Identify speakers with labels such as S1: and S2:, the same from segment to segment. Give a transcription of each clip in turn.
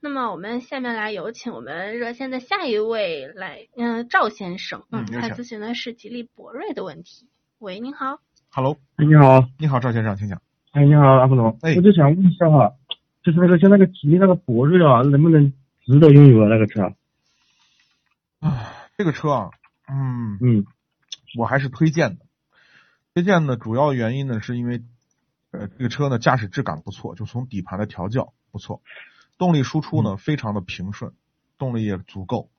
S1: 那么我们下面来有请我们热线的下一位来，嗯、赵先生，
S2: 嗯有
S1: 他
S2: 请
S1: 咨询的是吉利博瑞的问题。喂，您好，
S2: Hello，
S3: 哎，你好，
S2: 你好，赵先生，请讲。
S3: 哎，你好，阿布总，
S2: 哎
S3: 我就想问一下哈，就是那个像那个吉利那个博瑞啊，能不能值得拥有啊？那个车？
S2: 啊，这个车啊，嗯，
S3: 嗯
S2: 我还是推荐的。推荐的主要原因呢，是因为呃，这个车呢驾驶质感不错，就从底盘的调教不错，动力输出
S3: 嗯
S2: 呢非常的平顺，动力也足够。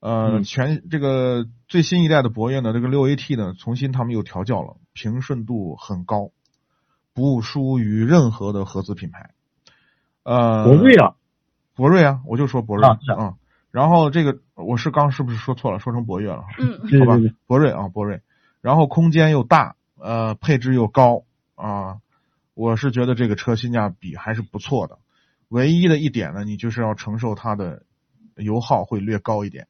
S2: 呃，
S3: 嗯
S2: 全这个最新一代的博越呢，这个六 AT 呢，重新他们又调教了，平顺度很高，不输于任何的合资品牌。呃，
S3: 博瑞啊，
S2: 博瑞啊，我就说博瑞
S3: 啊是啊
S2: 嗯然后这个我是刚是不是说错了，说成博越了？
S1: 嗯
S3: 对
S2: 好吧
S3: 对对，，
S2: 博瑞啊，博瑞，然后空间又大，呃，配置又高啊，我是觉得这个车性价比还是不错的。唯一的一点呢，你就是要承受它的油耗会略高一点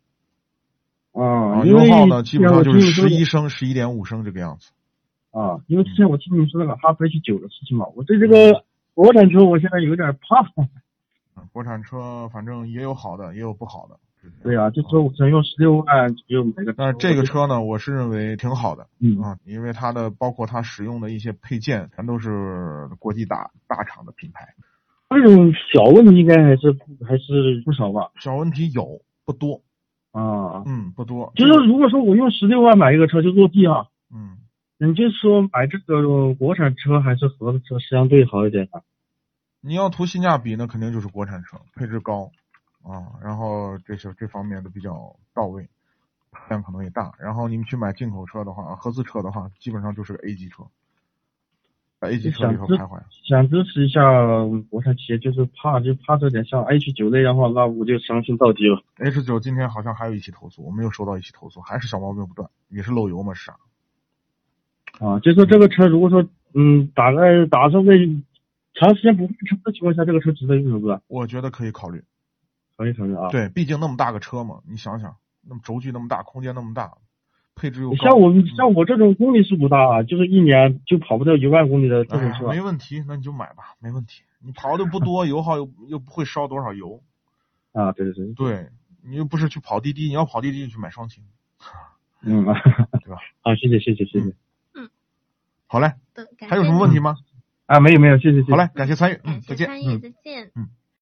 S3: 啊
S2: 啊，
S3: 因
S2: 油
S3: 为
S2: 耗呢基本上就是
S3: 之前我听
S2: 十
S3: 你
S2: 一
S3: 说
S2: 升、十一点五升这个样子。
S3: 的啊，因为之前我听你说那个哈弗 H 九的事情嘛，我对这个国产车我现在有点怕。
S2: 嗯国产车反正也有好的，也有不好的。
S3: 对啊，就说我只能用十六万左右买个，
S2: 但是这个，车呢，我是认为挺好的。
S3: 嗯
S2: 啊，因为它的包括它使用的一些配件，全都是国际大大厂的品牌。
S3: 这种小问题应该还是还是不少吧？
S2: 小问题有不多，
S3: 啊，
S2: 嗯，不多。
S3: 就是如果说我用十六万买一个车就落地啊，
S2: 嗯，
S3: 你就说买这个国产车还是合资车相对好一点啊？
S2: 你要图性价比呢，肯定就是国产车，配置高啊，然后这些这方面都比较到位，量可能也大。然后你们去买进口车的话，合资车的话，基本上就是个 A 级车，在 A 级车里头
S3: 想知
S2: 徘徊。
S3: 想支持一下国产企业，就是怕就怕这点，像 H 九那样的话，那我就伤心到底了。
S2: H 九今天好像还有一起投诉，我没有收到一起投诉，还是小毛病不断，也是漏油嘛，是啥？
S3: 啊，就说这个车如果说嗯打个打算在长时间不换车的情况下，这个车值得用是不是？
S2: 我觉得可以考虑。
S3: 考虑考虑啊。。
S2: 对，毕竟那么大个车嘛，你想想，那么轴距那么大，空间那么大，配置又
S3: 你
S2: 高，
S3: 像我们
S2: 嗯
S3: 像我这种公里数不大啊，就是一年就跑不掉一万公里的这
S2: 哎
S3: 种
S2: 呀
S3: 车
S2: 没问题，那你就买吧，没问题。你跑的不多，油耗又又不会烧多少油，
S3: 啊，对对对，
S2: 对你又不是去跑滴滴，你要跑滴滴就去买双擎。
S3: 嗯，啊
S2: 对吧？
S3: 好，谢谢谢谢谢谢
S2: 嗯好嘞，
S1: 的感
S2: 还有
S1: 谢
S2: 什么
S1: 你
S2: 问题吗？
S3: 啊，没有没有，谢谢谢谢。
S2: 好嘞，感谢参与，
S1: 感
S2: 嗯，再
S1: 谢
S2: 见，
S1: 参
S2: 嗯
S1: 与，。再见。
S2: 嗯